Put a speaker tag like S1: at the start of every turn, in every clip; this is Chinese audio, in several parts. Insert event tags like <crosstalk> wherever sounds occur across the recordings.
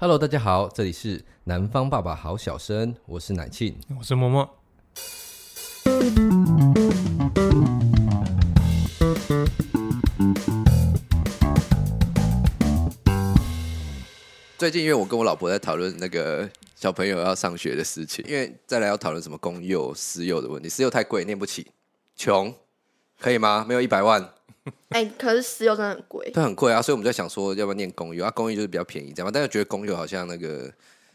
S1: Hello，大家好，这里是南方爸爸好小生，我是奶庆。
S2: 我是嬷嬷。
S1: 最近因为我跟我老婆在讨论那个小朋友要上学的事情，因为再来要讨论什么公幼、私幼的问题，私幼太贵，念不起，穷，可以吗？没有一百万，
S3: <laughs> 哎、可是私幼真的很贵，
S1: 对，很贵啊，所以我们就想说，要不要念公幼啊？公幼就是比较便宜，这样嘛。但是觉得公幼好像那个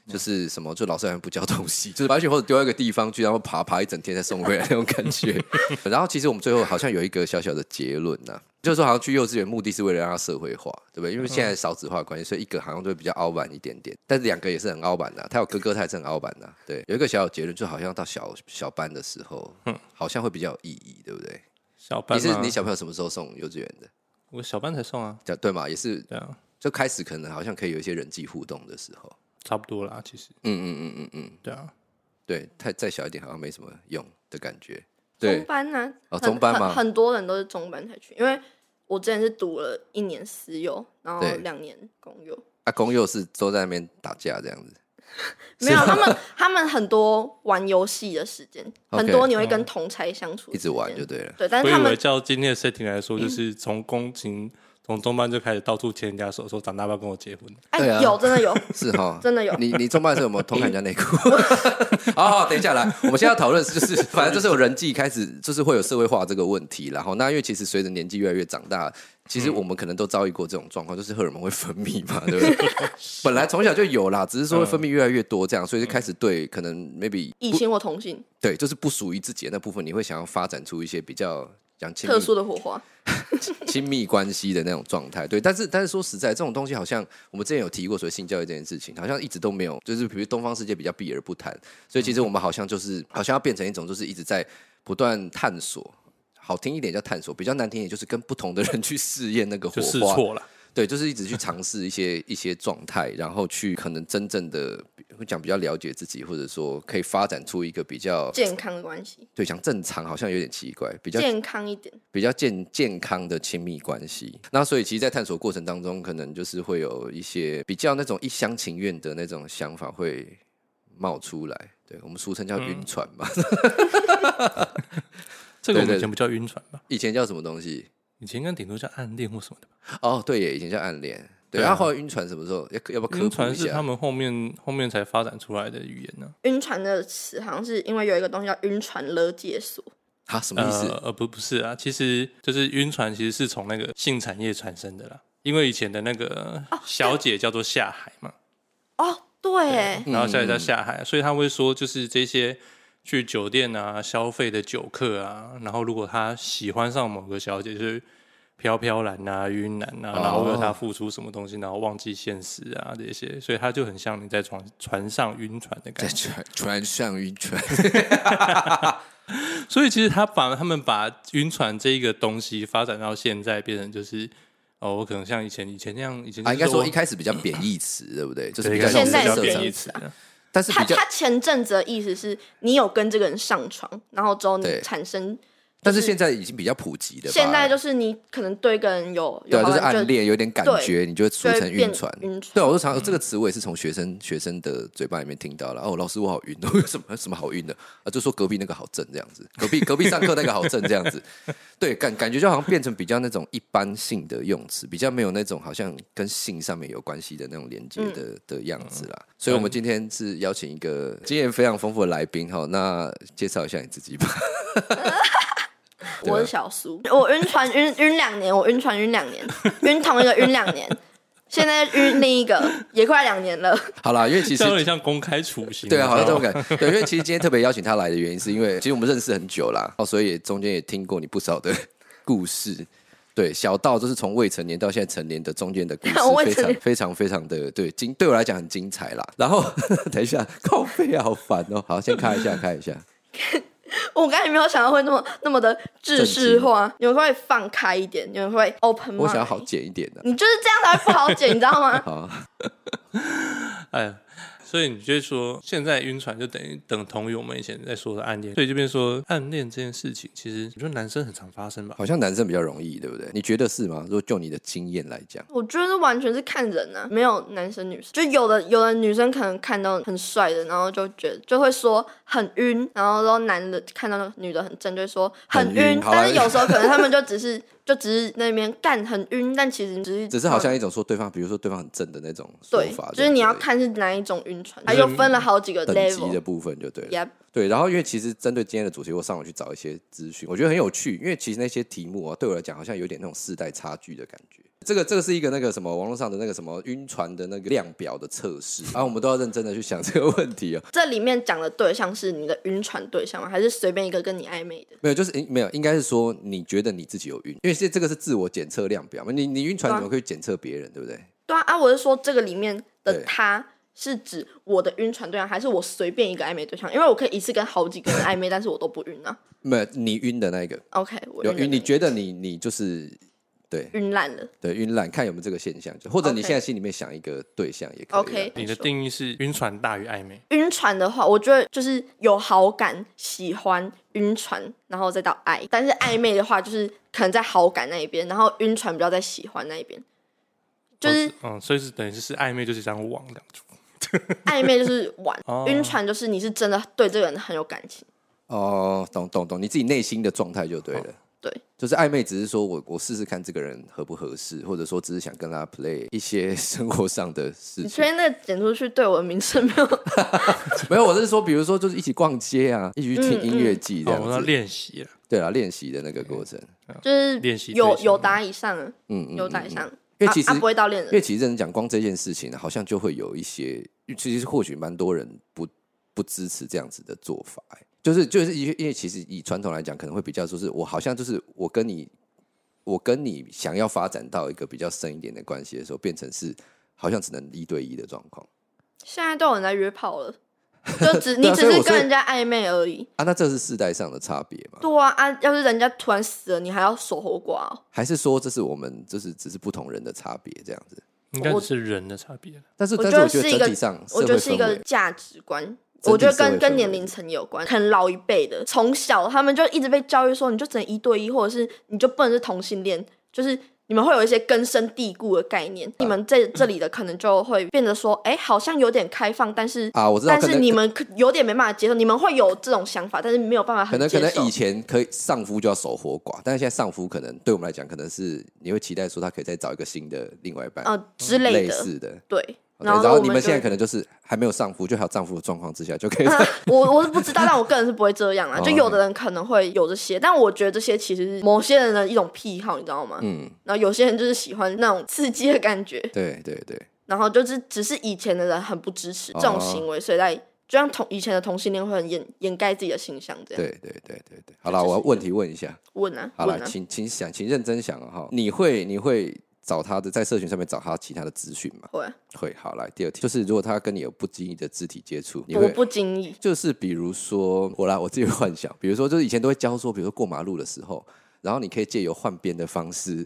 S1: 就是什么，就老师好像不教东西， <laughs> 就是把小或者丢到一个地方去，然后爬爬一整天再送回来那种感觉。然后其实我们最后好像有一个小小的结论呐、就是说好像去幼稚园目的是为了让它社会化，对不对？因为现在少子化的关系，所以一个好像就会比较凹版一点点，但是两个也是很凹版的啊、他有哥哥，他也是很凹版的啊、对，有一个小小结论，就好像到小小班的时候，好像会比较有意义，对不对？
S2: 小班
S1: 你是
S2: 吗
S1: 你小朋友什么时候送幼稚园的？
S2: 我小班才送啊，
S1: 讲对嘛，也是
S2: 对啊，
S1: 就开始可能好像可以有一些人际互动的时候。
S2: 差不多啦，其实
S1: 嗯嗯嗯嗯嗯，
S2: 对啊，
S1: 对，太再小一点好像没什么用的感觉。
S3: 中
S1: 对，
S3: 班呢、啊？
S1: 哦
S3: 很
S1: 中班嘛
S3: 很很多人都是中班才去，因为我之前是读了一年私幼，然后
S1: 对
S3: 两年公幼，
S1: 阿公又是都在那边打架这样子。
S3: 没有他们，他们很多玩游戏的时间，
S1: OK，
S3: 很多你会跟同才相处的
S1: 一
S3: 时间，
S1: 直玩就对了
S3: 对，但
S2: 哦我
S3: 是
S2: 以
S3: 他
S2: 为
S3: 们
S2: 照今天的 setting 来
S1: 嗯
S2: 说，就是从公情从中班就开始到处牵人家手，说长大要跟我结婚。
S3: 哎、
S1: 对啊
S3: 有真
S1: <laughs>
S3: 的有，
S1: 是哈，
S3: <laughs> 真的有
S1: 你你中班的时候有没有偷看人家内
S3: <laughs>
S1: 裤？好好，等一下来，我们现在要讨论就是，反正就是有人际开始，就是会有社会化这个问题。然后，那因为其实随着年纪越来越长大，其实我们可能都遭遇过这种状况，就是荷尔蒙会分泌嘛，对 <laughs> 不对？本来从小就有啦，只是说会分泌越来越多这样，所以就开始对可能 maybe
S3: 异性或同性
S1: 对，就是不属于自己的那部分，你会想要发展出一些比较讲亲密
S3: 特殊的火花，
S1: 亲密关系的那种状态。对，但是但是说实在，这种东西好像我们之前有提过，所谓性教育这件事情，好像一直都没有，就是比如东方世界比较避而不谈，所以其实
S3: 嗯
S1: 我们好像就是好像要变成一种，就是一直在不断探索。好听一点叫探索，比较难听一点就是跟不同的人去试验那个火
S2: 就
S1: 花，
S2: 试错了，
S1: 对，就是一直去尝试一些一些状态，然后去可能真正的会讲比较了解自己，或者说可以发展出一个比较
S3: 健康的关系，
S1: 对，讲正常好像有点奇怪，比较
S3: 健康一点，
S1: 比较健健康的亲密关系。那所以其实，在探索过程当中，可能就是会有一些比较那种一厢情愿的那种想法会冒出来。对我们俗称叫
S2: 嗯
S1: 晕船嘛， <laughs>
S2: 这个
S1: 对
S2: 我们
S1: 对
S2: 以前不叫晕船吧？
S1: 以前叫什么东西？
S2: 以前跟顶多叫暗恋或什么的吧。
S1: 哦，对耶，以前叫暗恋。对，
S2: 对啊
S1: 然后后来晕船什么时候？要要不要科
S2: 晕
S1: 普啊
S2: 船
S1: 一
S2: 是他
S1: 下？
S2: 们后面后面才发展出来的语言呢、
S3: 晕船的词好像是因为有一个东西叫晕船勒戒所，
S1: 啊，什么意思？
S2: 呃呃不不是啊，其实就是晕船其实是从那个性产业产生的啦，因为以前的那个
S1: 哦
S2: 小姐叫做下海嘛。
S3: 哦，对，哎
S2: 然后下一
S1: 嗯
S2: 叫下海，所以他会说，就是这些去酒店啊消费的酒客啊，然后如果他喜欢上某个小姐，就是飘飘然啊、晕然啊，
S1: 哦
S2: 然后为了他付出什么东西，然后忘记现实啊这些，所以他就很像你在船船上晕船
S1: 在
S2: 的感觉。
S1: 船船上晕船，
S2: <laughs> 所以其实他把他们把晕船这一个东西发展到现在，变成就是哦，我可能像以前以前那样，以前就
S1: 啊，应
S2: 是
S1: 该说
S2: 我
S1: 一开始比较贬义词，对不对？就是
S2: 对
S1: 比
S2: 一
S1: 较
S2: 开
S3: 现
S2: 始
S3: 在
S2: 比较
S3: 是
S2: 贬
S3: 这
S2: 义
S3: 样
S2: 词
S3: 子啊
S2: 啊，
S1: 但是
S3: 他
S1: 比较
S3: 他前阵子的意思是你有跟这个人上床，然后之后
S1: 对
S3: 你产生，
S1: 但是现在已经比较普及的吧，
S3: 现在就是你可能对一个人有有
S1: 对啊，
S3: 好
S1: 就是
S3: 感
S1: 暗恋，有点感觉，你就会俗
S3: 就会
S1: 成
S3: 变
S1: 晕船。
S3: 晕船嗯
S1: 对啊，我就常这个词，我也是从学生学生的嘴巴里面听到了。哦，老 <laughs> 师我好晕，有什么什么好晕的啊？就说隔壁那个好正这样子，隔壁隔壁上课那个好正这样子。 <laughs> 对，感感觉就好像变成比较那种一般性的用词，比较没有那种好像跟性上面有关系的那种连接的、
S3: 嗯
S1: 的样子啦。所以我们今天是邀请一个经验非常丰富的来宾哈，那介绍一下你自己吧。 <laughs> 对啊
S3: 我是小苏，我晕船晕晕两年，我晕船晕两
S1: <laughs>
S3: 年，晕同一个晕两年，现在晕另一个也快两年了。 <laughs>
S1: 好啦，因为
S2: <laughs>
S1: 其实
S2: 这样有点像公开处刑，
S1: 对啊，好像
S2: 你
S1: 这
S2: 知道
S1: 种
S2: 吗
S1: 感觉。对，因为其实今天特别邀请他来的原因，是因为其实我们认识很久啦，哦，所以也中间也听过你不少的故事。对，小到就是从未成年到现在成年的中间的故
S3: <laughs> 未
S1: 事，非
S3: 成
S1: 常
S3: 年
S1: 非常非常的对精，对我来讲很精彩啦。然后 <laughs> 等一下，靠背啊，好烦哦。好，先看一下，看一下。
S3: <laughs> 我刚才没有想到会那么那么的制式化，你们会放开一点，你们会 open mind。
S1: 我想要好 <laughs>
S3: 嗯
S1: 剪一点的、
S3: 你就是这样才会不好剪，你知道吗？
S1: 好，
S2: 哎，所以你就会说，现在晕船就等于等同于我们以前在说的暗恋。所以这边说暗恋这件事情，其实你说男生很常发生吧？
S1: 好像男生比较容易，对不对？你觉得是吗？如果就你的经验来讲，
S3: 我觉得完全是看人啊，没有男生女生，就有的有的女生可能看到很帅的，然后就觉得就会说很晕，然后然后男的看到女的很正，就会说很
S1: 很晕
S3: 晕。
S1: 好啊
S3: 但是有时候可能他们就只是就只是那边干很晕，但其实只是
S1: 只是好像一种说对方，比如说对方很正的那种说
S3: 对
S1: 法，，
S3: 就是你要
S1: 这样
S3: 看是哪一种晕船，它
S2: 就是
S3: 又分了好几个
S1: 子而已等级
S3: level
S1: 的。部分就对了。
S3: Yep，
S1: 对，然后因为其实针对今天的主题，我上网去找一些资讯，我觉得很有趣，因为其实那些题目啊，对我来讲好像有点那种世代差距的感觉。这个这个是一个那个什么网络上的那个什么晕船的那个量表的测试，啊然后我们都要认真的去想这个问题哦。
S3: 这里面讲的对象是你的晕船对象吗？还是随便一个跟你暧昧的？
S1: 没有，就是诶没有，应该是说你觉得你自己有晕，因为这这个是自我检测量表嘛，你你晕船
S3: 对啊
S1: 怎么可以检测别人，对不对？
S3: 对啊，啊，我是说这个里面
S1: 对
S3: 的他是指我的晕船对象，还是我随便一个暧昧对象？因为我可以一次跟好几个人暧昧，但是我都不晕啊。
S1: 没有，你晕的那一个
S3: OK，我
S1: 有
S3: 晕了
S1: 晕，你觉得你你就是对
S3: 晕烂了
S1: 对晕染，看有没有这个现象，就或者你
S3: OK
S1: 现在心里面想一个对象也可以啊。
S3: ？OK，
S2: 你的定义是晕船大于暧昧，
S3: 晕船的话，我觉得就是有好感、喜欢、晕船，然后再到爱。但是暧昧的话，就是可能在好感那一边，然后晕船比较在喜欢那一边。就是
S2: 嗯，所以是等于是暧昧就是一张网这样子。
S3: 暧昧就是玩
S2: 哦，
S3: <laughs> 晕船就是你是真的对这个人很有感情。
S1: 哦，懂懂懂，你自己内心的状态就对了。
S3: 哦对，
S1: 就是暧昧，只是说我我试试看这个人合不合适，或者说只是想跟他 play 一些生活上的事
S3: 你
S1: 情
S3: 确。定那个剪出去对我的名声没有 <laughs>
S1: 没有，我是说，比如说就是一起逛街啊，一起去听
S3: 嗯
S1: 音乐季这
S2: 哦，
S1: 样
S2: 我要
S1: 子。
S2: 练习了。
S1: 对啊，练习的那个过程，
S3: 就是
S2: 练习对
S3: 有
S2: 象
S3: 有答以上啊，
S1: 嗯嗯，
S3: 有答以上，
S1: 因为
S3: 啊
S1: 其实
S3: 啊不会到恋
S1: 因为
S3: 人，
S1: 其实认真讲，光这件事情好像就会有一些，其实或许蛮多人不不支持这样子的做法、欸就是就是因为因为其实以传统来讲，可能会比较说是我好像就是我跟你，我跟你想要发展到一个比较深一点的关系的时候，变成是好像只能一对一的状况
S3: 现在都有人在约
S1: <laughs>
S3: 炮了，就只你
S1: 对啊所
S3: 只
S1: 以
S3: 是
S1: 我说
S3: 跟人家暧昧而已。
S1: 啊。那这是世代上的差别吗？
S3: 对啊啊，要是人家突然死了，你还要守活寡哦。
S1: 还是说这是我们就是只是不同人的差别这样子？
S2: 应该
S3: 我
S2: 是人的差别了。
S1: 但是
S3: 我
S1: 但是我
S3: 觉得
S1: 觉
S3: 是
S1: 得
S3: 一
S1: 整
S3: 个
S1: 体上社
S3: 我觉
S1: 会
S3: 得是一
S1: 氛
S3: 个
S1: 围，
S3: 价值观。
S1: 整体
S3: 我觉得
S1: 社会
S3: 跟跟
S1: 氛
S3: 年
S1: 围
S3: 龄层有关，可能老一辈的从小他们就一直被教育说，你就只能一对一，或者是你就不能是同性恋，就是你们会有一些根深蒂固的概
S1: 嗯
S3: 念。你们这这里的可能就会变得说，哎、好像有点开放，但是
S1: 啊我知道
S3: 但
S1: 可
S3: 是
S1: 能
S3: 你们可有点没办法接受，你们会有这种想法，但是没有办法
S1: 可
S3: 很
S1: 能
S3: 接
S1: 可
S3: 受。
S1: 能以前可以上夫就要守活寡，但是现在上夫可能对我们来讲，可能是你会期待说他可以再找一个新的另外一半，
S3: 呃之类
S1: 嗯类
S3: 的，
S1: 似的。
S3: 对。
S1: OK，然
S3: 我
S1: 你
S3: 们
S1: 们现在
S3: 就
S1: 可能就是还没有上夫，就还有丈夫的状况之下，就
S3: <laughs>
S1: 可以
S3: 嗯我我是不知道，但我个人是不会这样啦。
S1: 哦
S3: 就有的人可能会有这些，但我觉得这些其实是某些人的一种癖好，你知道吗？
S1: 嗯，
S3: 然后有些人就是喜欢那种刺激的感觉，
S1: 对对对，
S3: 然后就是只是以前的人很不支持
S1: 哦
S3: 这种行为，所以在就像同以前的同性恋会很掩掩盖自己的形象这样。
S1: 对对对对对。好了，我要问题问一下，
S3: 问啊
S1: 好
S3: 问
S1: 了，
S3: 啊，
S1: 请请想，请认真想啊哈，你会你会找他的在社群上面找他其他的资讯吗？
S3: 会啊
S1: 会，好来第二题，就是如果他跟你有不经意的肢体接触，你
S3: 我
S1: 会
S3: 不经意
S1: 就是比如说，我来我自己幻想，比如说，就是以前都会教说，比如说过马路的时候，然后你可以借由换边的方式，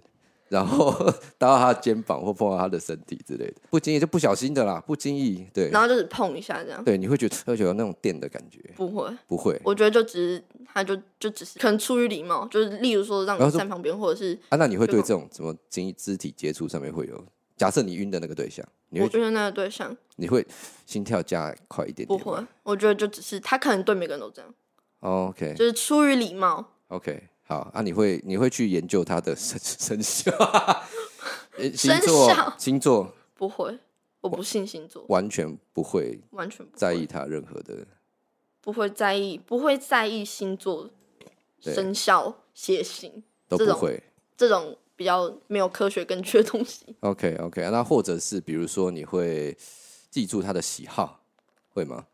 S1: 然后 <laughs> 搭到他的肩膀或碰到他的身体之类的，不经意就不小心的啦，不经意，对
S3: 然后就是碰一下这样，
S1: 对，你会觉得会觉得有那种电的感觉，
S3: 不会。
S1: 不会
S3: 我觉得就只是他就就只是可能出于礼貌，就是例如说让
S1: 然
S3: 你
S1: 后说
S3: 站旁边，或者是
S1: 啊？那你会
S3: 就
S1: 对这种什么经肢体接触上面会有？假设你晕的那个对象，你
S3: 我
S1: 会
S3: 觉得那个对象
S1: 你会心跳加快一点
S3: 不
S1: 点吗？
S3: 会，我觉得就只是他可能对每个人都这样。
S1: 哦，OK
S3: 就是出于礼貌，
S1: OK，好啊，你会你会去研究他的 <laughs> 生生肖，诶星
S3: 生
S1: 座
S3: 肖
S1: 星座
S3: 不会，我不信星座，
S1: 完全不会
S3: 完全不会
S1: 在意，他任何的。
S3: 不会在意，不会在意星座、
S1: 对
S3: 生肖、血型
S1: 都
S3: 这
S1: 不
S3: 种
S1: 会。
S3: 这种比较没有科学根据的东西，
S1: OK OK，那啊或者是比如说你会记住他的喜好，会吗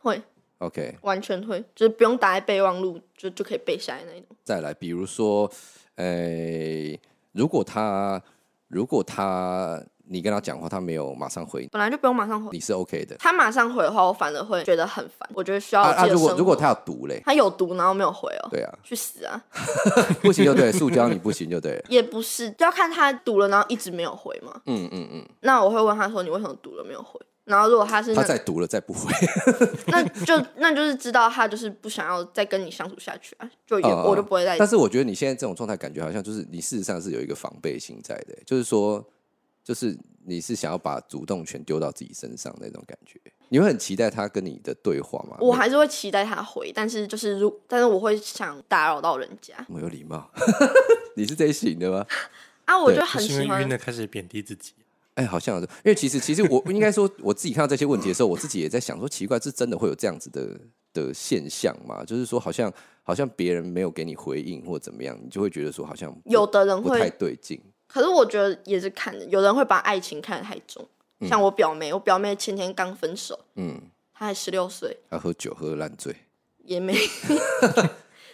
S3: 会
S1: ？OK，
S3: 完全会，就是不用打在备忘录就就可以背下来那一种。
S1: 再来，比如说，呃，如果他如果他你跟他讲话，他没有马上回你，
S3: 本来就不用马上回，
S1: 你是 OK 的。
S3: 他马上回的话，我反而会觉得很烦，我觉得需要
S1: 啊
S3: 有自
S1: 啊，
S3: 己的
S1: 如果
S3: 生
S1: 如果
S3: 活
S1: 他有毒嘞，
S3: 他有毒，然后没有回哦，
S1: 对啊，
S3: 去死啊！
S1: 不行就对，塑胶你不行就
S3: <laughs>
S1: 对了。
S3: 也不是要看他读了，然后一直没有回嘛。
S1: 嗯嗯嗯，
S3: 那我会问他说：“你为什么读了没有回？”然后如果他是
S1: 他
S3: 那
S1: 再读了再不回，
S3: 那就那就是知道他就是不想要再跟你相处下去啊，就也、
S1: 哦哦
S3: 我就不会再
S1: 但是我觉得你现在这种状态，感觉好像就是你事实上是有一个防备心在的，欸就是说，就是你是想要把主动权丢到自己身上那种感觉。你会很期待他跟你的对话吗？
S3: 我还是会期待他回，但是就是如，但是我会想打扰到人家
S1: 没有礼貌， <laughs> 你是这一型的吗？
S3: 啊，我
S1: 对
S3: 就很
S2: 是
S3: 喜
S2: 因为
S3: 欢
S2: 晕的开始贬低自己，
S1: 哎，好像有这因为其实其实我应该说，我自己看到这些问题的时候，我自己也在想说，奇怪，是真的会有这样子的的现象吗？就是说，好像好像别人没有给你回应或怎么样，你就会觉得说好像不
S3: 有的人
S1: 不太
S3: 会，
S1: 对劲。
S3: 可是我觉得也是看的，有人会把爱情看得太重，像我表妹，我表妹前天刚分手，
S1: 嗯，
S3: 她才十六岁，
S1: 要喝酒喝烂醉，
S3: 也没 <laughs>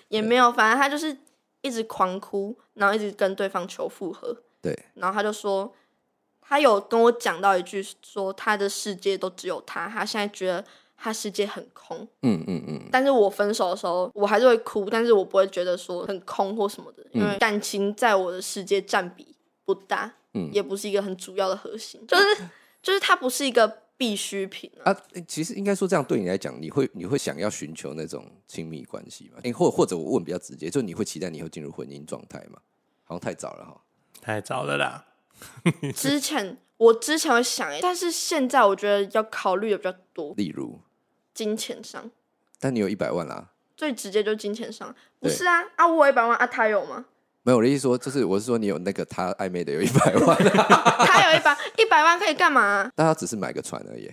S3: 也没有，反正她就是一直狂哭，然后一直跟对方求复合，
S1: 对，
S3: 然后他就说，他有跟我讲到一句说，他的世界都只有他，他现在觉得他世界很空。
S1: 嗯嗯嗯，
S3: 但是我分手的时候，我还是会哭，但是我不会觉得说很空或什么的，因为感情在我的世界占比不大，
S1: 嗯
S3: 也不是一个很主要的核心，就是就是它不是一个必需品啊。
S1: 啊，诶其实应该说这样对你来讲，你会你会想要寻求那种亲密关系吗？诶，或或者我问比较直接，就你会期待你会进入婚姻状态吗？好像太早了哈。
S2: 太早了啦。
S3: 之前我之前会想欸，但是现在我觉得要考虑的比较多，
S1: 例如，
S3: 金钱上
S1: 但你有一百万啦，
S3: 最直接就是金钱上，不
S1: 对
S3: 是啊啊，我有一百万啊，他有吗？
S1: 没有我的意思说，就是我是说你有那个他暧昧的有一百万、啊，
S3: 他有一百一百万可以干
S1: <laughs>
S3: 嘛、啊
S1: 但他只是买个船而已，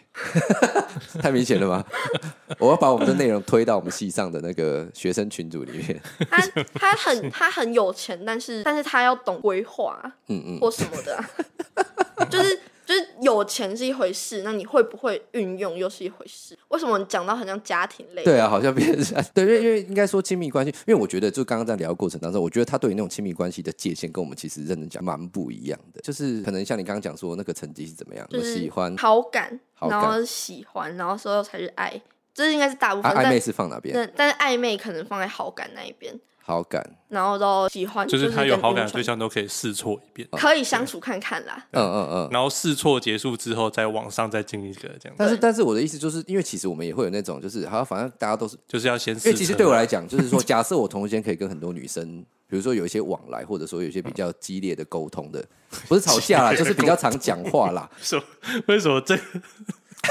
S1: <laughs> 太明显了吗？ <laughs> 我要把我们的内容推到我们系上的那个学生群组里面。 <laughs>
S3: 他他很他很有钱，但是但是他要懂规划啊
S1: 嗯嗯，
S3: 或什么的啊、就是就是有钱是一回事，那你会不会运用又是一回事。为什么你讲到很像家庭类？
S1: 对啊，好像变成 <laughs> 对，因为因为应该说亲密关系，因为我觉得就刚刚在聊的过程当中，我觉得他对于那种亲密关系的界限，跟我们其实认真讲蛮不一样的。就是可能像你刚刚讲说那个成绩是怎么样，
S3: 就
S1: 我
S3: 是
S1: 喜欢
S3: 好感，
S1: 好感
S3: 然后喜欢，然后最后才是爱，这应该是大部
S1: 啊暧
S3: 分。
S1: 昧
S3: 但
S1: 是放哪边，
S3: 但但是暧昧可能放在好感那一边，
S1: 好感，
S3: 然后到喜欢
S2: 就是
S3: 是
S2: 他有
S3: 跟
S2: 好感的
S3: 晕
S2: 对
S3: 船
S2: 象都可以试错一遍，
S3: 可以相处看看啦。
S1: 嗯嗯嗯。
S2: 然后试错结束之后，在网上再进一个这样，
S1: 但是
S3: 对
S1: 但是我的意思就是，因为其实我们也会有那种就是好像反正大家都是，
S2: 就是要先试
S1: 因为
S2: 车。
S1: 其实对我来讲，就是说假设我同时间可以跟很多女生。比如说有一些往来，或者说有一些比较激烈的沟通的，不是吵架啦，就是比较常讲话啦。
S2: 什么为什么这个 <laughs>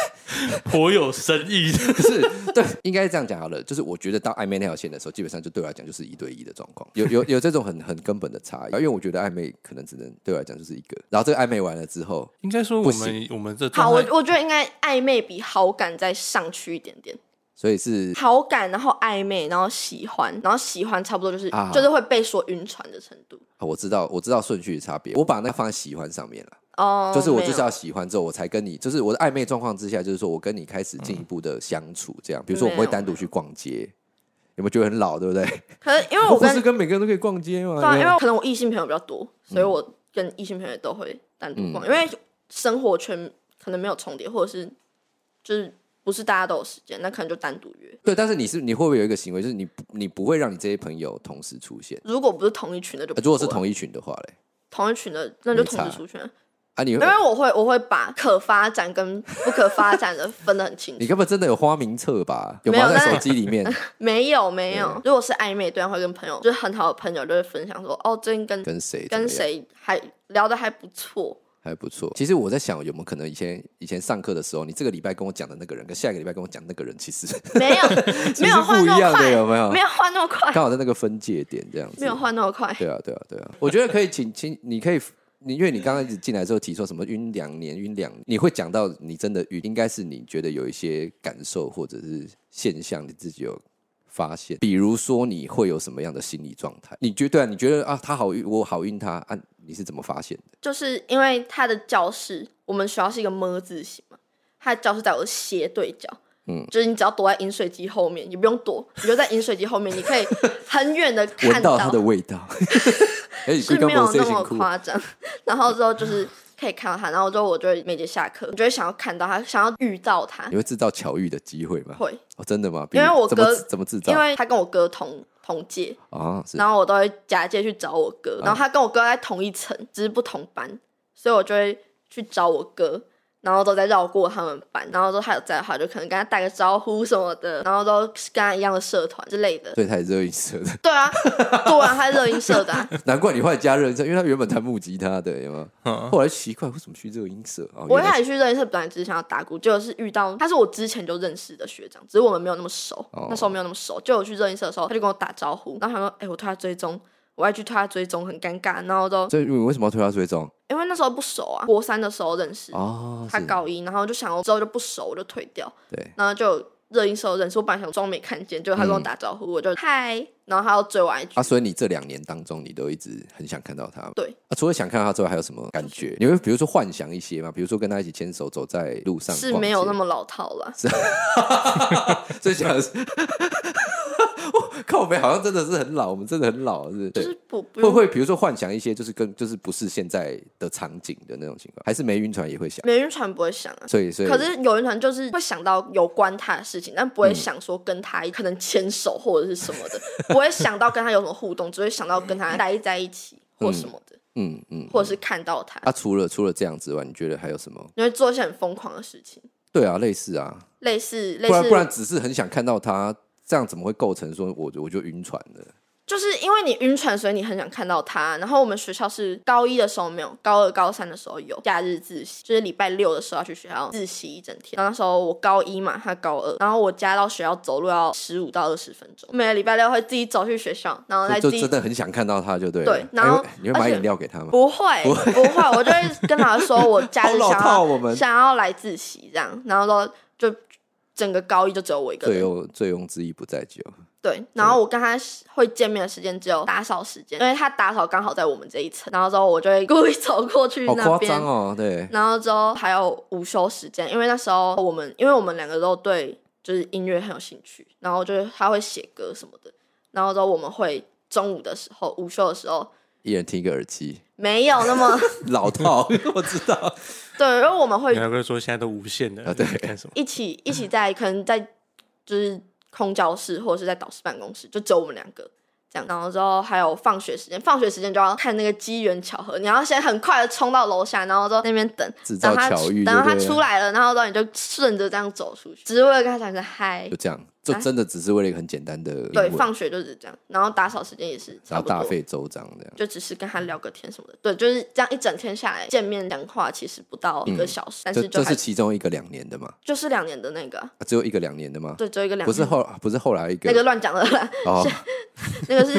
S2: 颇有深意的？
S1: 不是， <laughs> 对，应该是这样讲好了。就是我觉得到暧昧那条线的时候，基本上就对我来讲就是一对一的状况，有有有这种很很根本的差异。因为我觉得暧昧可能只能对我来讲就是一个，然后这个暧昧完了之后，
S2: 应该说
S1: 不
S2: 我们
S1: 行
S2: 我们这
S3: 好，我
S2: 状态
S3: 我觉得应该暧昧比好感再上去一点点。
S1: 所以是
S3: 好感，然后暧昧，然后喜欢，然后喜欢差不多就是、
S1: 啊
S3: 就是会被说晕船的程度。
S1: 啊我知道我知道顺序的差别，我把那个放在喜欢上面了。
S3: 哦、
S1: 就是我
S3: 没
S1: 就
S3: 有
S1: 是要喜欢之后，我才跟你，就是我的暧昧状况之下，就是说我跟你开始进一步的相处，这样。比如说我们会单独去逛街，有没有觉得很老，对不对？
S3: 可是因 <laughs> 为我
S1: 不
S3: 跟
S1: 是跟每个人都可以逛街吗？
S3: 对
S1: 有
S3: 啊、
S1: 没嗯
S3: 因
S1: 有
S3: 为可能我异性朋友比较多，所以我跟异性朋友都会单独
S1: 嗯
S3: 逛，因为生活圈可能没有重叠，或者是就是不是大家都有时间，那可能就单独约。
S1: 对，但是你是你会不会有一个行为，就是你不你不会让你这些朋友同时出现？
S3: 如果不是同一群的就不
S1: 呃
S3: 会、
S1: 如果是同一群的话嘞，
S3: 同一群的，那就
S1: 没
S3: 同时
S1: 差
S3: 出圈。
S1: 啊你，
S3: 因
S1: 会，
S3: 为我会我会把可发展跟不可发展的分得很清楚
S1: 你。根本真的有花名册吧？有
S3: 没有
S1: 吗？在
S3: 但
S1: 手机
S3: <laughs>
S1: 里面
S3: 没有没有，如果是暧昧对象会跟朋友，就是很好的朋友，就会分享说，哦，最近跟
S1: 跟谁怎么
S3: 跟
S1: 样
S3: 谁还聊的还不
S1: <laughs>
S3: 错，
S1: 还不错。其实我在想，有没有可能以前以前上课的时候，你这个礼拜跟我讲的那个人，跟下一个礼拜跟我讲那个人，其实 <laughs>
S3: 没有没有换那
S1: 其实不一
S3: 么
S1: 样的
S3: 快，
S1: 有没有
S3: 没有换那么快，
S1: 刚好在那个分界点这样子。
S3: 没有换那么快，
S1: <laughs> 对啊，对啊，对啊，我觉得可以请 <laughs> 请，你可以，你因为你刚开始进来之后提说什么晕两年，晕两，你会讲到你真的晕，应该是你觉得有一些感受或者是现象，你自己有发现，比如说你会有什么样的心理状态？你觉得对啊，你觉得啊，他好晕，我好晕他啊，你是怎么发现的？
S3: 就是因为他的教室，我们学校是一个么字形嘛，他的教室在我的斜对角。
S1: 嗯
S3: 就是你只要躲在饮水机后面，你不用躲，你就在饮水机后面，你可以很远的
S1: <laughs>
S3: 看
S1: 闻到他的味
S3: <laughs>
S1: 道，哎、你
S3: 是
S1: 刚
S3: 没
S1: 刚
S3: 有
S1: 不是
S3: 那
S1: 辛
S3: 么
S1: 苦
S3: 夸张。然后之后就是可以看到他，然后之后我就会每节下课，你就会想要看到他，想要遇到他
S1: 你，会制造巧遇的机会吗？
S3: 会，
S1: 哦，真的吗？比
S3: 因为我
S1: 怎么
S3: 哥
S1: 制怎么制造
S3: 因？为他跟我哥同同届，
S1: 啊，是啊
S3: 然后我都会假借去找我哥，然后他跟我哥在同一层，只是不同班，所以我就会去找我哥，然后都在绕过他们班，然后都还有在的话，就可能跟他打个招呼什么的，然后都是跟他一样的社团之类的。
S1: 所以他也热音社的，
S3: 对啊，对啊，他是热音社的、啊，
S1: 难怪你后来加热音社，因为他原本弹木吉他的，有吗？
S2: 嗯
S1: 后来奇怪为什么去热音社啊？哦
S3: 我一
S1: 原来
S3: 开始去认识，本来只是想要打鼓，结果是遇到他是我之前就认识的学长，只是我们没有那么熟，
S1: 哦
S3: 那时候没有那么熟。就我去热音社的时候，他就跟我打招呼，然后他说：“哎、我推他追踪。”我还去推他追踪，很尴尬。然后都
S1: 所以你为什么要推他追踪？
S3: 因为那时候不熟啊，国三的时候认识，
S1: 哦，
S3: 他
S1: 是
S3: 高一，然后就想我之后就不熟，我就退掉。
S1: 对，
S3: 然后就有热音社认识，我本来想装没看见，结果他跟我打招呼，我就嗨，然后他要追我一句，
S1: 嗯啊，所以你这两年当中，你都一直很想看到他。
S3: 对
S1: 啊，除了想看到他之外，还有什么感觉？你会比如说幻想一些嘛，比如说跟他一起牵手走在路上，
S3: 是没有那，么老套了。
S1: 所以想的是， <laughs> 靠北好像真的是很老，我们真的很老，是对
S3: 就是。不不
S1: 会
S3: 用
S1: 不会比如说幻想一些就是跟就是不是现在的场景的那种情况，还是没晕船也会想，
S3: 美晕船不会想啊，
S1: 所以所以
S3: 可是有人团就是会想到有关他的事情，但
S1: 嗯
S3: 不会想说跟他可能牵手或者是什么的， <laughs> 不会想到跟他有什么互动，只会想到跟他待在一起或什么的，
S1: 嗯嗯，
S3: 或者是看到他，
S1: 啊，除了除了这样之外，你觉得还有什么？
S3: 你会做一些很疯狂的事情，
S1: 对啊，类似啊，
S3: 类似类
S1: 不然
S3: 似
S1: 不然只是很想看到他，这样怎么会构成说我我就晕船了？
S3: 就是因为你晕船，所以你很想看到他。然后我们学校是高一的时候没有，高二、高三的时候有假日自习，就是礼拜六的时候要去学校自习一整天。然后那时候我高一嘛，他高二，然后我家到学校走路要十五到二十分钟。哦每个礼拜六会自己走去学校，然后再
S1: 就就
S3: 自己
S1: 真的很想看到他，就对了。
S3: 呃对然后
S1: 哎你会买
S3: 而且
S1: 饮料给他吗？
S3: 不会不会，我就会跟老师说我 <laughs> 假日
S1: 好老
S3: 想
S1: 套我们
S3: 要想要来自习这样，然后都就整个高一就只有我一个
S1: 醉
S3: 人。
S1: 翁醉翁之意不在酒，
S3: 对，然后我跟他会见面的时间只有打扫时间，因为他打扫刚好在我们这一层，然后之后我就会故意走过去
S1: 好
S3: 那
S1: 夸
S3: 边，
S1: 张哦！对，
S3: 然后之后还有午休时间，因为那时候我们因为我们两个都对就是音乐很有兴趣，然后就是他会写歌什么的，然后之后我们会中午的时候午休的时候
S1: 一人听一个耳机， <laughs>
S3: 没有那么 <laughs>
S1: 老套，我知道。
S3: 对，因为我们会
S2: 你还会说现在都无限的
S1: 啊对
S2: 干什么？
S3: 一起一起在可能在就是空教室或者是在导师办公室，就只有我们两个这样。然后之后还有放学时间，放学时间就要看那个机缘巧合，你要先很快的冲到楼下，然后之后那边等
S1: 制，造
S3: 等他
S1: 巧遇
S3: 等到他
S1: 就对了
S3: 出来了，然后之后你就顺着这样走出去，只是为了跟他讲声嗨
S1: 就。这样，就真的只是为了一个很简单的英文
S3: 啊对，放学就是这样，然后打扫时间也是差
S1: 然后
S3: 不
S1: 大
S3: 多。
S1: 费嗯周章这样。
S3: 就只是跟他聊个天什么的，对，就是这样一整天下来见面讲话，其实不到一个小时，
S1: 嗯
S3: 但
S1: 这
S3: 是就
S1: 这
S3: 还
S1: 是其中一个两年的嘛，
S3: 就是两年的那个啊，
S1: 啊只有一个两年的嘛，
S3: 对，只有一个两
S1: 不是
S3: 年
S1: 后不是后来一个
S3: 那个乱讲的 <laughs> 啦，
S1: 哦，
S3: 那个是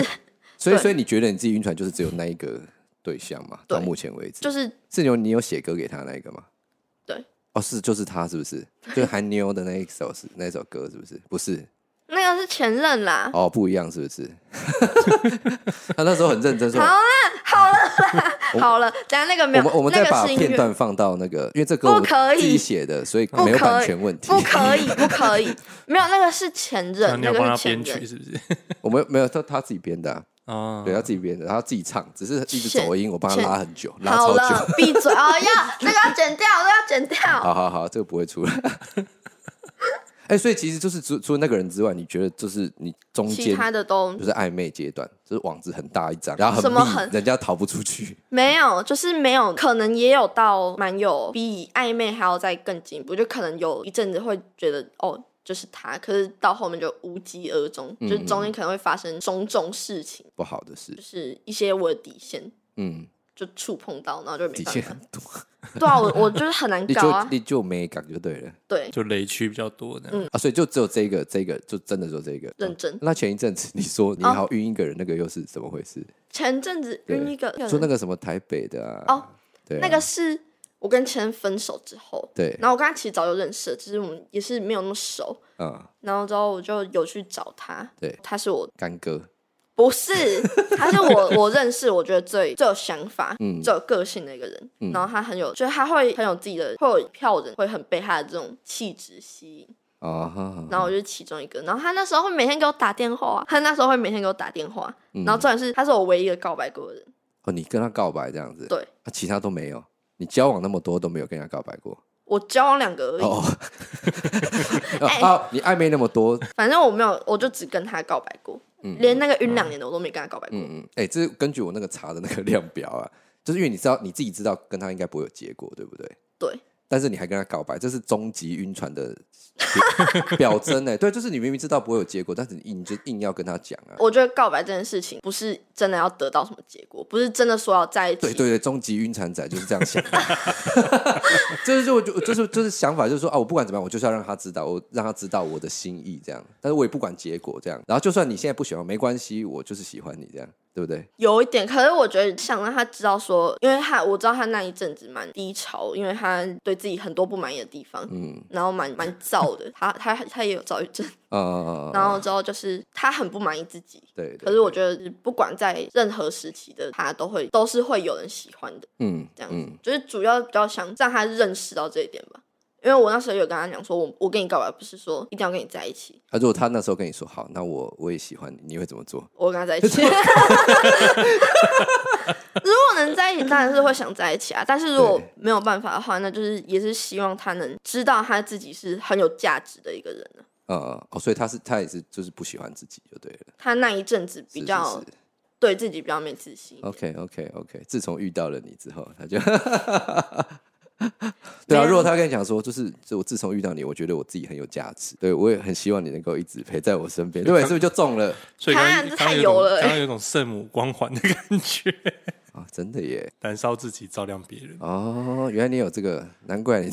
S1: 所以
S3: 对
S1: 所以你觉得你自己晕船就是只有那一个对象嘛？
S3: 对
S1: 到目前为止，
S3: 就是
S1: 是有你有写歌给他那一个吗？
S3: 对，
S1: 哦是就是他是不是？就是韩妞的那一首是 <laughs> 那首歌是不是？不是，
S3: 那个是前任啦。
S1: 哦，不一样是不是？ <laughs> 他那时候很认真说，
S3: 好了，等下那个没
S1: 我
S3: 有，
S1: 们我们
S3: 那
S1: 再把
S3: 个是音
S1: 片
S3: 乐，
S1: 段放到那个，因为这歌我
S3: 不可
S1: 们
S3: 以
S1: 自己写的，所以
S3: 不
S1: 没有
S3: 可
S1: 版
S3: 以
S1: 权问题。
S3: 不可以，不可以，没有那个是前
S2: 然后
S3: 任，
S2: 你
S3: 那
S2: 要帮
S3: 个
S2: 他
S3: 是前
S2: 编曲
S3: 任，
S2: 是不
S3: <laughs>
S2: 是？
S1: 我们没有他他自己编的啊、
S2: 啊，
S1: 对他自己编的，他自己唱，只是一直
S3: 切
S1: 走音，我帮他
S3: 切
S1: 拉很久，拉
S3: 好
S1: 超久。
S3: 了，闭嘴，哦，要那个要剪掉，那个要剪掉，
S1: 好好好，这个不会出来。 <laughs> 哎、所以其实就是除除了那个人之外，你觉得就是你中
S3: 其
S1: 间
S3: 他的都
S1: 就是暧昧阶段，就是网子很大一张，然后
S3: 什
S1: 很密，
S3: 么很
S1: 人家逃不出去。
S3: 没有，就是没有，可能也有到蛮有比暧昧还要再更进一步，就可能有一阵子会觉得哦。就是他，可是到后面就无疾而终，
S1: 嗯
S3: 就是中间可能会发生种种事情，
S1: 不好的事
S3: 就，是一些我的底线
S1: 嗯，
S3: 就触碰到，然后就没
S1: 底
S3: 办
S1: 线
S3: 法
S1: 很。多，
S3: 对啊，我我就是很
S1: <laughs>
S3: 难
S1: 你
S3: 搞
S1: 就
S3: 啊。
S1: 你就没感就对了
S3: 对，
S2: 就雷区比较多的。
S3: 嗯
S1: 啊，所以就只有这个这个，就真的就这个。嗯
S3: 认哦真。
S1: 那前一阵子你说你好晕一个人，那个又是怎么回事？
S3: 前阵子
S1: 对
S3: 晕一个人，
S1: 说那个什么台北的啊？
S3: 哦，
S1: 对啊，
S3: 那个是我跟前任分手之后，
S1: 对，
S3: 然后我跟他其实早就认识了，只是我们也是没有那么熟。
S1: 嗯，
S3: 然后之后我就有去找他，
S1: 对
S3: 他是我
S1: 干哥，
S3: 不是，他
S1: <laughs>
S3: 是我我认识我觉得最最有想法、
S1: 嗯
S3: 最有个性的一个人。
S1: 嗯
S3: 然后他很有，就是他会很有自己的，会有票人会很被他的这种气质吸引。
S1: 啊哈，
S3: 然后我就是其中一个。然后他那时候会每天给我打电话，啊他那时候会每天给我打电话。
S1: 嗯
S3: 然后重点是，他是我唯一一个告白过的人。
S1: 哦，你跟他告白这样子，
S3: 对
S1: 啊，其他都没有，你交往那么多都没有跟人家告白过，
S3: 我交往两个而已，
S1: 哦，啊，你暧昧那么多，
S3: 反正我没有，我就只跟他告白过，
S1: 嗯
S3: 连那个晕两年的我都没跟他告白过。
S1: 嗯嗯，哎，这是根据我那个查的那个量表啊，就是因为你知道你自己知道跟他应该不会有结果，对不对？
S3: 对，
S1: 但是你还跟他告白，这是终极晕船的表 <laughs> 征哎、对，就是你明明知道不会有结果，但是你硬就硬要跟他讲啊。
S3: 我觉得告白这件事情不是真的要得到什么结果，不是真的说要在一起。
S1: 对对对，终极晕船仔就是这样想的， <laughs> 这就是我就就是就是想法，就是说啊，我不管怎么样，我就是要让他知道，我让他知道我的心意这样，但是我也不管结果这样。然后就算你现在不喜欢，没关系，我就是喜欢你这样，对不对？
S3: 有一点，可是我觉得想让他知道说，因为他我知道他那一阵子蛮低潮，因为他对自己很多不满意的地方，
S1: 嗯
S3: 然后蛮蛮躁的，他他他也有躁郁症，
S1: 啊、呃
S3: 然后之后就是他很不满意自己。
S1: 对，对
S3: 可是我觉得不管在任何时期的他都会都是会有人喜欢的，
S1: 嗯
S3: 这样子，
S1: 嗯
S3: 就是主要比较想让他认识到这一点吧。因为我那时候有跟他讲说，我我跟你告白不是说一定要跟你在一起，
S1: 啊，如果他那时候跟你说好，那我我也喜欢你，你会怎么做？
S3: 我跟他在
S1: <laughs>
S3: 一起。如果能在一起，当然是会想在一起啊。但是如果
S1: 对
S3: 没有办法的话，那就是也是希望他能知道他自己是很有价值的一个人啊
S1: 呃，哦，所以他是他也是就是不喜欢自己就对了，
S3: 他那一阵子
S1: 是
S3: 比较
S1: 是是
S3: 对自己比较没自信一点，
S1: OK OK OK，自从遇到了你之后，他
S3: <laughs>
S1: 就对啊。
S3: 没有
S1: 如果他跟你讲说，就是就我自从遇到你，我觉得我自己很有价值，对我也很希望你能够一直陪在我身边，对，是不是就中了
S2: 所以刚
S3: 哈
S2: 刚
S3: 这
S2: 刚刚
S3: 太
S2: 有一
S3: 油
S2: 种
S3: 了欸
S2: 刚刚有一种圣母光环的 <laughs> 感觉，
S1: 啊？真的耶！
S2: 燃烧自己，照亮别人。
S1: 哦，原来你有这个，难怪你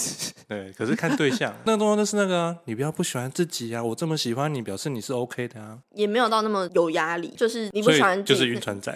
S2: 对，可是看对
S1: <laughs>
S2: 象，那个东西就是那个啊，你不要不喜欢自己啊，我这么喜欢你，表示你是 OK 的啊。
S3: 也没有到那么有压力。就是你不
S2: 所
S3: 喜欢
S2: 以
S3: 自
S2: 就
S3: 己
S2: 是晕船仔，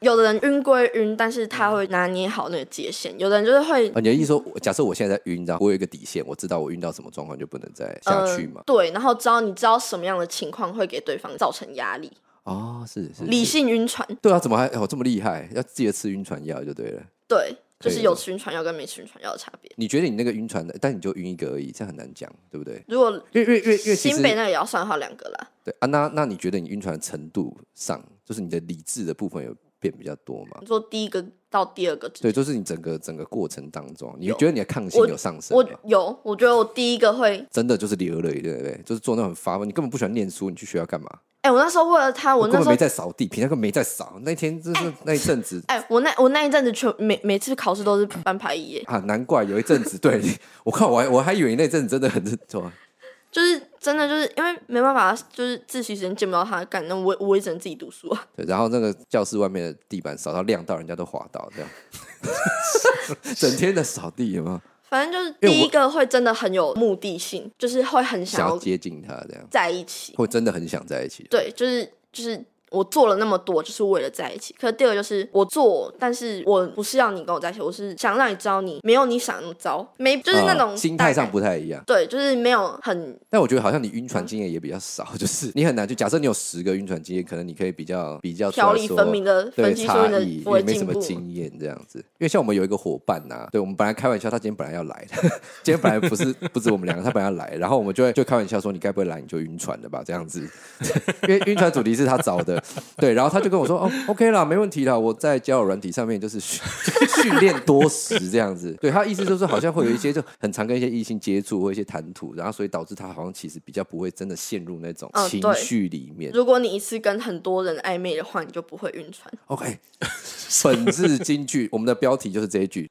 S3: 有的人晕归晕，但是他会拿捏好那个界限；有的人就是会
S1: 哦。你的意思说，假设我现在在晕，然后我有一个底线，我知道我晕到什么状况就不能再下去嘛
S3: 呃？对，然后知道你知道什么样的情况会给对方造成压力，
S1: 哦，是是
S3: 理
S1: 是，
S3: 性晕船，
S1: 对啊，怎么还哦这么厉害？要记得吃晕船药就对了。
S3: 对，
S1: 可
S3: 就是
S1: 以
S3: 有吃晕船药跟没吃晕船药的差别。
S1: 你觉得你那个晕船的，但你就晕一个而已，这样很难讲，对不对？
S3: 如果
S1: 因为因为因为因为其
S3: 新
S1: 实
S3: 北那个也要算好两个啦，
S1: 对啊，那那你觉得你晕船的程度上，就是你的理智的部分有变比较多吗？
S3: 你说第一个到第二个之间，
S1: 对，就是你整个整个过程当中，你
S3: 有
S1: 觉得你的抗性
S3: 我
S1: 有上升
S3: 我
S1: 吗？
S3: 有，我觉得我第一个会，
S1: 真的就是流泪，对不对？就是做那种很发问，你根本不喜欢念书，你去学校干嘛？
S3: 哎、我那时候为了他，我
S1: 根
S3: 那
S1: 本
S3: 时候
S1: 没，在扫地，平常根本没在扫。那天就是、那一阵子
S3: 哎、我那我那一阵子全每每次考试都是班排一耶，
S1: 啊，难怪有一阵子，对 <laughs> 我靠，我还我还以为那阵子真的很认真。
S3: 就是真的就是因为没办法，就是自习时间见不到他，干那我我也只能自己读书啊，
S1: 对，然后那个教室外面的地板扫到亮到，人家都滑倒，这样， <laughs> 整天的扫地有没有？
S3: 反正就是
S1: 因为
S3: 第一
S1: 我
S3: 个会真的很有目的性，就是会很想
S1: 想要
S3: 要
S1: 接近他这样，
S3: 在一起，
S1: 会真的很想在一起。
S3: 对，就是就是我做了那么多，就是为了在一起。可是第二个就是我做，但是我不是要你跟我在一起，我是想让你知道你没有你想的那么糟，没就是那
S1: 啊
S3: 种、
S1: 心态上不太一样。
S3: 对，就是没有很
S1: 但我觉得好像你晕船经验也比较少， <laughs> 就是你很难去假设你有十个晕船经验，可能你可以比较比较出来
S3: 条理
S1: 说
S3: 分明的
S1: 对
S3: 分析说
S1: 差
S3: 你的
S1: 异，
S3: 不会
S1: 也没
S3: 进
S1: 什么
S3: 步。
S1: 经验这样子。因为像我们有一个伙伴呐、对我们本来开玩笑，他今天本来要来， <laughs> 今天本来不是 <laughs> 不止我们两个，他本来要来，然后我们就会就开玩笑说你该不会来你就晕船了吧这样子， <laughs> 因为晕船主题是他找的，对，然后他就跟我说哦，OK 啦，没问题啦，我在交友软体上面就是 <laughs> 训训练多时这样子， <laughs> 对他意思就是好像会有一些就很常跟一些异性接触或一些谈吐，然后所以导致他好像其实比较不会真的陷入那种
S3: 嗯
S1: 情
S3: 对
S1: 绪里面。
S3: 如果你一次跟很多人暧昧的话，你就不会晕船。
S1: <laughs> OK，本字金句，我们的标题就是这一句。